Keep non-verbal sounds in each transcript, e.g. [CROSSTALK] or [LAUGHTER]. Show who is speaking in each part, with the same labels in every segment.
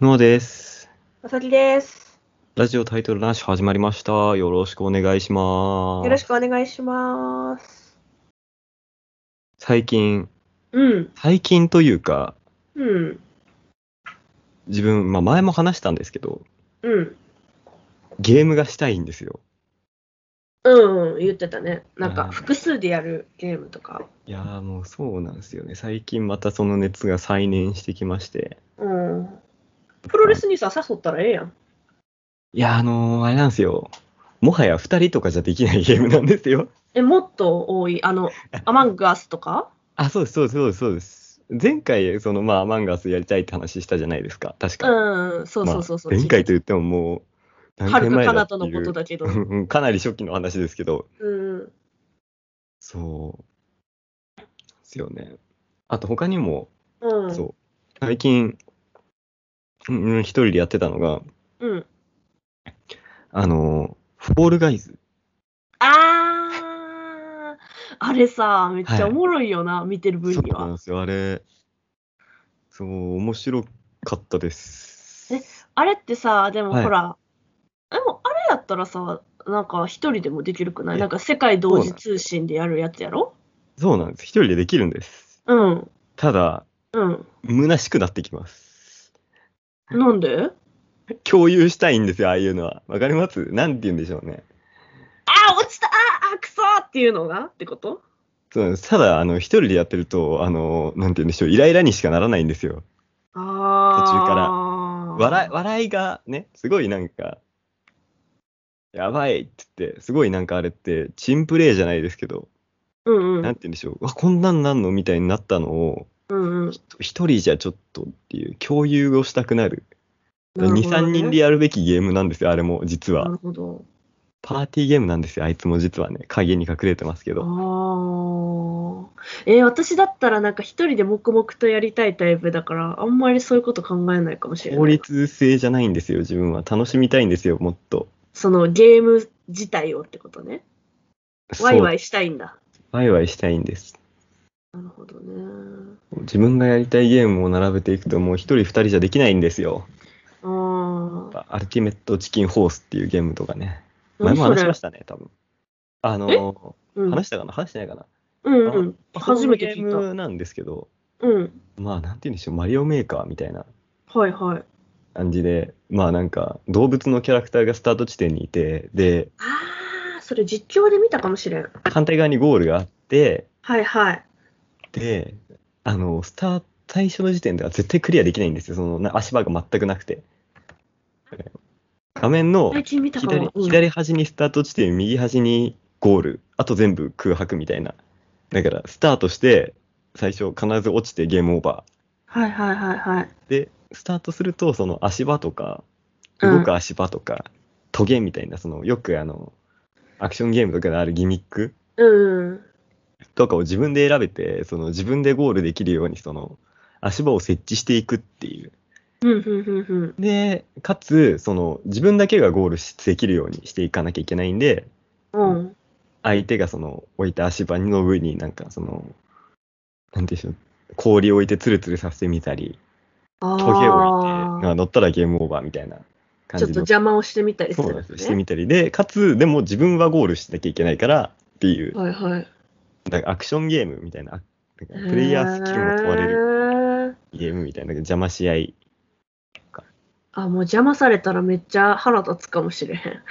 Speaker 1: のです。
Speaker 2: まさきです。
Speaker 1: ラジオタイトルなし始まりました。よろしくお願いします。
Speaker 2: よろしくお願いします。
Speaker 1: 最近、
Speaker 2: うん、
Speaker 1: 最近というか、
Speaker 2: うん、
Speaker 1: 自分、まあ前も話したんですけど、
Speaker 2: うん、
Speaker 1: ゲームがしたいんですよ。
Speaker 2: うん、うん、言ってたね。なん
Speaker 1: う
Speaker 2: か
Speaker 1: ん
Speaker 2: 複数でやるゲームとか。
Speaker 1: いやーもうそうなんですよね。最近またその熱が再燃してきまして。
Speaker 2: うん。プロレスにさ、誘ったらええやん。
Speaker 1: いやーあのー、あれなんですよ。もはや2人とかじゃできないゲー [LAUGHS] ムなんですよ。
Speaker 2: え、もっと多い、
Speaker 1: [LAUGHS]
Speaker 2: あの、アマングアスとか
Speaker 1: あ、そうです、そうです、そうです、そうです。前回、そのまあ、アマンガスやりたいって話したじゃないですか。確か。
Speaker 2: うん、そうそうそうそう。
Speaker 1: まあ前回と言ってももう、
Speaker 2: はるか彼
Speaker 1: だっ
Speaker 2: 方
Speaker 1: て
Speaker 2: の
Speaker 1: い
Speaker 2: こ
Speaker 1: う
Speaker 2: とだけど
Speaker 1: う。んうんかなり初期の話ですけど、
Speaker 2: うん、
Speaker 1: そう。ですよね。あと他にも、
Speaker 2: うん、
Speaker 1: そう。最近、うんうん、一人でやってたのが、
Speaker 2: うん。
Speaker 1: あの、フォールガイズ。
Speaker 2: あー、あれさ、めっちゃおもろいよな、見てる分
Speaker 1: そう
Speaker 2: に
Speaker 1: なん
Speaker 2: は。
Speaker 1: ですよ、あれ。そう、面白かったです。
Speaker 2: えあれってさ、でも
Speaker 1: はい
Speaker 2: ほら、でもあれやったらさ、なんか一人でもできるくない
Speaker 1: え
Speaker 2: なんか世界同時通信でやるやつやろ
Speaker 1: そうなんです。一人でできるんです。
Speaker 2: うん、
Speaker 1: ただ、
Speaker 2: うん。
Speaker 1: 虚しくなってきます。
Speaker 2: なんで
Speaker 1: 共有したいんですよ、ああいうのは。わかりますなんて言うんでしょうね。
Speaker 2: あー、落ちたあー、あーくそーっていうのがってこと
Speaker 1: そうなんですただ、あの、一人でやってると、あの、なんて言うんでしょう、イライラにしかならないんですよ。
Speaker 2: あー。
Speaker 1: 途中から笑い
Speaker 2: い。
Speaker 1: 笑いがねすごいなんかやばいって言ってすごいなんかあれってチンプレーじゃないですけど
Speaker 2: うんう
Speaker 1: なん
Speaker 2: ん。
Speaker 1: て言うんでしょううわこんなんなんのみたいになったのを
Speaker 2: うんうん。
Speaker 1: 一人じゃちょっとっていう共有をしたくなる23人で
Speaker 2: や
Speaker 1: やるべきゲームなんですよあれも実
Speaker 2: な
Speaker 1: は
Speaker 2: るほど。
Speaker 1: パーティーゲームなんですよあいつも実はね影に隠れてますけ
Speaker 2: あ
Speaker 1: ど
Speaker 2: ー。えー私だったらなんか一人で黙々とやりたいタイプだから、あんまりそういうこと考えないかもしれない。
Speaker 1: 効率性じゃないんですよ自分は楽しみたいんですよもっと
Speaker 2: そのゲーム自体をってことね。ワイワ
Speaker 1: イ
Speaker 2: イしたいんだ。
Speaker 1: ワイワイしたいんです
Speaker 2: なるほどね。
Speaker 1: 自分がやりたいゲームを並べていくともう一人二人じゃできないんですよ
Speaker 2: ああ。
Speaker 1: アルティメットチキンホースっていうゲームとかね。前
Speaker 2: 何
Speaker 1: も話
Speaker 2: そ
Speaker 1: しま
Speaker 2: れ
Speaker 1: したね、多分。あの、
Speaker 2: うん
Speaker 1: 話したかな話してないかな
Speaker 2: うんうん。初めて
Speaker 1: ゲ
Speaker 2: 聞
Speaker 1: ー
Speaker 2: い
Speaker 1: ムなんですけど、
Speaker 2: た。うん。
Speaker 1: まあ、なんて言うんでしょう、マリオメーカーみたいな
Speaker 2: はいはい。
Speaker 1: 感じで、まあなんか、動物のキャラクターがスタート地点にいて、で、
Speaker 2: ああ、それ実況で見たかもしれん。
Speaker 1: 反対側にゴールがあって、
Speaker 2: はいはい。
Speaker 1: で、あの、スター、最初の時点では絶対クリアできないんですよ、そのな足場が全くなくて。画面の
Speaker 2: 最近見たか
Speaker 1: 左
Speaker 2: も。うん
Speaker 1: 左端にスタート地点、右端にゴール、あと全部空白みたいな。だから、スタートして、最初必ず落ちてゲームオーバ
Speaker 2: はいはいはいはい。
Speaker 1: ー。で、スタートすると、その足場とか、
Speaker 2: うん
Speaker 1: 動く足場とか、トゲみたいな、その、よくあの、アクションゲームとかであるギミック
Speaker 2: うん。
Speaker 1: とかを自分で選べて、その、自分でゴールできるように、その、足場を設置していくっていう。
Speaker 2: うんうんうんうん。
Speaker 1: で、かつ、その、自分だけがゴールしできるようにしていかなきゃいけないんで、
Speaker 2: うん。
Speaker 1: 相手がその置いた足場の上になんかその、なんていうんでしょう、氷を置いてツルツルさせてみたり、
Speaker 2: あ
Speaker 1: ト
Speaker 2: あ
Speaker 1: ゲを置いて、乗ったらゲームオーバーみたいな感
Speaker 2: ち
Speaker 1: じ
Speaker 2: ょっ
Speaker 1: の
Speaker 2: と邪魔をしてみたりす
Speaker 1: そう
Speaker 2: る
Speaker 1: なん
Speaker 2: や
Speaker 1: ですよ
Speaker 2: つね。
Speaker 1: してみたりで、かつ、でも自分はゴールしなきゃいけないからっていう、
Speaker 2: はいはい。
Speaker 1: なんかアクションゲームみたいな、あなんかプレイヤースキルも問われる
Speaker 2: る。
Speaker 1: ゲームみたいな、邪魔し合い。
Speaker 2: あ、もう邪魔されたらめっちゃ腹立つかもしれへん。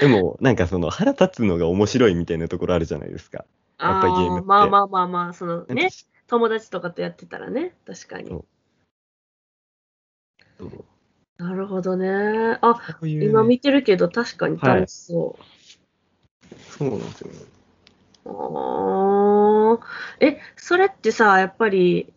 Speaker 1: でも、なんかその腹立つのが面白いみたいなところあるじゃないですか。やっぱりゲームっ
Speaker 2: あ
Speaker 1: て
Speaker 2: まあまあまあまあ、その
Speaker 1: なんか
Speaker 2: ね、友達とかとやってたらね、確
Speaker 1: そ
Speaker 2: かに
Speaker 1: う。そう
Speaker 2: なるほどね。あ、
Speaker 1: そういうね
Speaker 2: 今見てるけど確かに楽しそ
Speaker 1: そうなんですよね。
Speaker 2: う。あーえ、それってさ、やっぱり、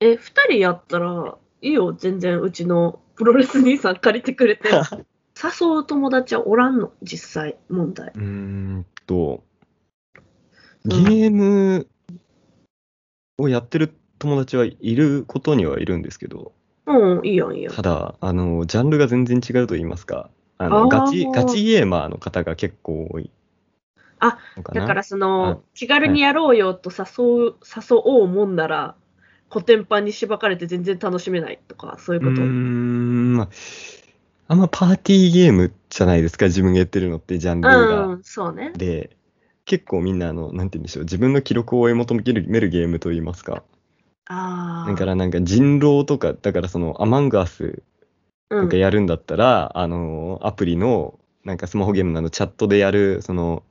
Speaker 2: え、二人やったらいいよ、全然うちのプロレス兄さん借りて
Speaker 1: [LAUGHS]
Speaker 2: くれて。誘う友達はおらんの、実際、問題。
Speaker 1: うーんと、ゲ
Speaker 2: うん
Speaker 1: ームをやってる友達はいることにはいるんですけど、
Speaker 2: うん、いいやん、いいやん。
Speaker 1: ただ、あの、ジャンルが全然違うと言いますか、あの
Speaker 2: あー
Speaker 1: ガチガチゲーマーの方が結構多い
Speaker 2: あ
Speaker 1: のかな。
Speaker 2: だからそ
Speaker 1: はい
Speaker 2: の、気軽にやろうよと誘う、誘おうもんなら、コテンパンにしばかれて全然楽しめないとか、そういう
Speaker 1: うー
Speaker 2: こと。
Speaker 1: ん、まあ、あんまパーティーゲームじゃないですか、自分がやってるのってジャンルが。
Speaker 2: うん、そうね。
Speaker 1: で、結構みんな、あの、なんて言うんでしょう、自分の記録を追い求めるゲームといいますか。
Speaker 2: ああ。
Speaker 1: だからなんか人狼とか、だからそのアマングアス
Speaker 2: う
Speaker 1: なん
Speaker 2: ん
Speaker 1: かやるんだったら、あの、アプリの、なんかスマホゲームなどチャットでやる、その、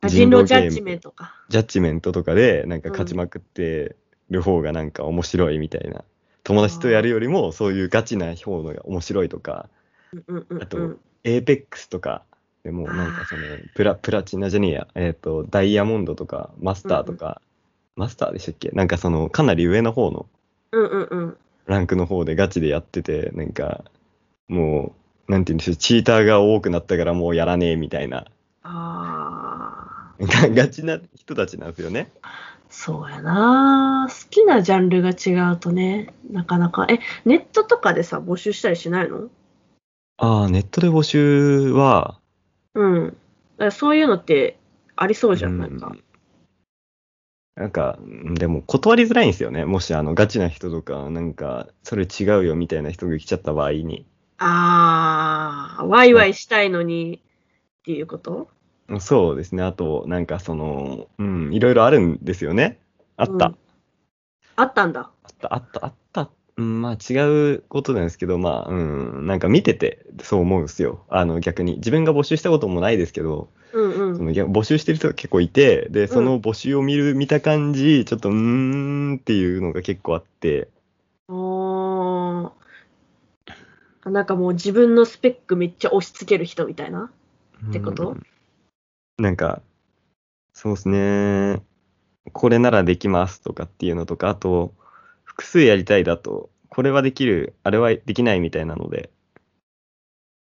Speaker 2: あ人狼ジ
Speaker 1: ゲ
Speaker 2: ャ
Speaker 1: ーム
Speaker 2: ッジメントか。
Speaker 1: ジャッジメントとかで、なんか勝ちまくってる方がなんか面白いみたいな。友達とやるよりも、そういうガチな方のが面白いとか、
Speaker 2: うんうんうんうん。
Speaker 1: あとエーペックスとか、でもうなんかその、プラ、プラチナじゃねえや、えっ、と、ダイヤモンドとか、マスターとか、マスターでしたっけなんかその、かなり上の方の
Speaker 2: うんうんうん。
Speaker 1: ランクの方でガチでやってて、なんか、もう、なんて言うんでしょう、チーターが多くなったからもうやらねえみたいな、
Speaker 2: あ
Speaker 1: がガチな人たちなんですよね。
Speaker 2: あ。そうやな。好きなジャンルが違うとね、なかなか。え、ネットとかでさ、募集したりしないの
Speaker 1: ああ、ネットで募集は、
Speaker 2: うん。だからそういうのってありそうじゃん、なんか。
Speaker 1: なんか、うんでも断りづらいんですよね。もし、あの、ガチな人とか、なんか、それ違うよみたいな人が来ちゃった場合に。
Speaker 2: ああ、ワイワイしたいのにっていうこと
Speaker 1: そうですね。あと、なんか、その、うん、いろいろあるんですよね。あった。
Speaker 2: うんあったんだ。
Speaker 1: あった、あった、あった。うん、まあ違うことなんですけど、まあ、うん、なんか見ててそう思うんですよ。あの逆に。自分が募集したこともないですけど、
Speaker 2: うんう
Speaker 1: そ
Speaker 2: ん。
Speaker 1: のいや募集してる人が結構いて、で、その募集を見る、見た感じ、ちょっと、うーんっていうのが結構あって、
Speaker 2: おーなんかもう自分のスペックめっちゃ押し付ける人みたいな。ってこと
Speaker 1: うんなんか、そうですね。これならできますとかっていうのとか、あと、複数やりたいだと、これはできる、あれはできないみたいなので、や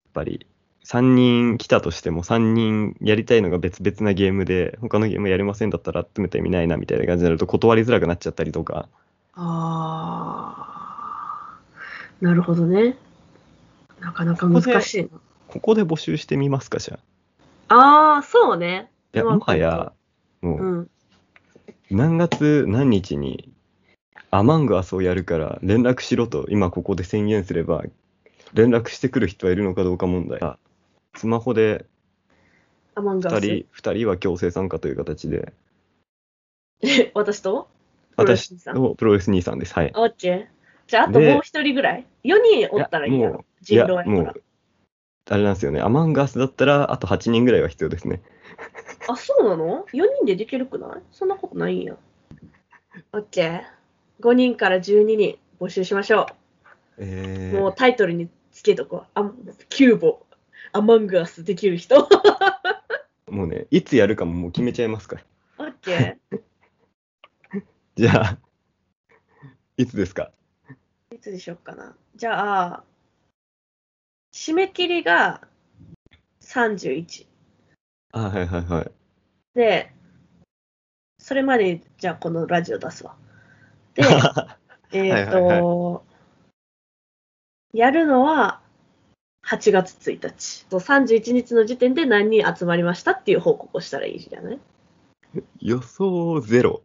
Speaker 1: っぱり、3人来たとしても、3人やりたいのが別々なゲームで、他のゲームやりませんだったら、集めてみないなみたいな感じになると、断りづらくなっちゃったりとか、
Speaker 2: ああ、なるほどね。なかなか
Speaker 1: ここで
Speaker 2: 難しいな。
Speaker 1: ここで募集してみますか、じゃあ。
Speaker 2: ああ、そうね。
Speaker 1: いや、
Speaker 2: まあ
Speaker 1: もはや、もう
Speaker 2: う、ん。
Speaker 1: 何月何日にアマングアスをやるから連絡しろと今ここで宣言すれば連絡してくる人はいるのかどうか問題あスマホで
Speaker 2: アマンガ
Speaker 1: 2
Speaker 2: ー
Speaker 1: 人二人は強制参加という形で
Speaker 2: ス。 [LAUGHS] 私とプロレス
Speaker 1: 私
Speaker 2: 兄さん
Speaker 1: のプロレス兄さんですはい
Speaker 2: オッケー。じゃあ、あと
Speaker 1: で
Speaker 2: もう一人ぐらい ?4 人おったらいいや
Speaker 1: いやも
Speaker 2: ろ。
Speaker 1: い
Speaker 2: 人
Speaker 1: や
Speaker 2: 狼や
Speaker 1: も
Speaker 2: から
Speaker 1: う。あれなんですよねアマングアスだったらあと8人ぐらいは必要ですね
Speaker 2: あ、そうなの ?4 人でできるくないそんなことないんや。オッケー。5人から12人募集しましょう。
Speaker 1: え
Speaker 2: もうタイトルにつけとこう。あキューボ。アマンガースできる人。
Speaker 1: [LAUGHS] ーもうねいつやるかももう決めちゃいますから
Speaker 2: オッケー。
Speaker 1: じゃあいつですか
Speaker 2: いつでしょうかな。じゃあ、締め切りが31。
Speaker 1: あはいはいはい
Speaker 2: で、それまで、じゃあこのラジオ出すわ。
Speaker 1: [LAUGHS]
Speaker 2: で、えっ、と、
Speaker 1: はいはい
Speaker 2: やるのは8月1日。と31日の時点で何人集まりましたっていう報告をしたらいいじゃない
Speaker 1: 予想ゼロ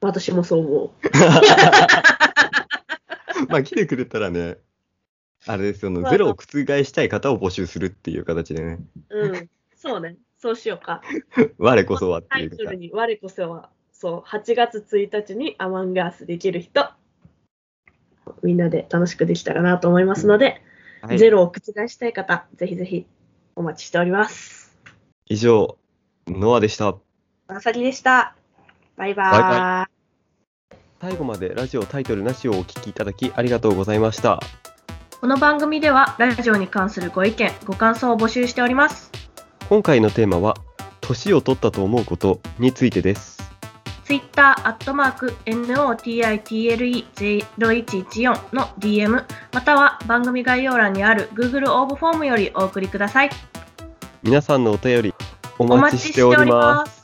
Speaker 2: 私もそう思う。
Speaker 1: [LAUGHS] まあ来てくれたらね、あれですよね
Speaker 2: ま、あ
Speaker 1: ゼロを覆したい方を募集するっていう形でね、 [LAUGHS]
Speaker 2: うん、そうね。そうしようか。
Speaker 1: 我こそはって
Speaker 2: タ
Speaker 1: い
Speaker 2: イ
Speaker 1: う
Speaker 2: ト
Speaker 1: か
Speaker 2: ル、に、我こそは、そう、8月1日にアマンガースできる人、みんなで楽しくできたらなと思いますので、
Speaker 1: はい
Speaker 2: ゼロを覆したい方、ぜひぜひお待ちしております。
Speaker 1: 以上、ノアでした。
Speaker 2: まさきでした。バイバ
Speaker 1: バイ
Speaker 2: イ。
Speaker 1: 最後までラジオタイトルなしをお聞きいただきありがとうございました。
Speaker 2: この番組では、ラジオに関するご意見、ご感想を募集しております。
Speaker 1: 今回のテーマは、年を取ったと思うことについてです。
Speaker 2: Twitter、アットマーク、NOTITLE0114 の DM、または番組概要欄にある Google 応募フォームよりお送りください。
Speaker 1: 皆さんのお便り、お
Speaker 2: お
Speaker 1: 待ち
Speaker 2: 待ちし
Speaker 1: して
Speaker 2: て
Speaker 1: お
Speaker 2: お
Speaker 1: り
Speaker 2: り
Speaker 1: ます
Speaker 2: ま。す。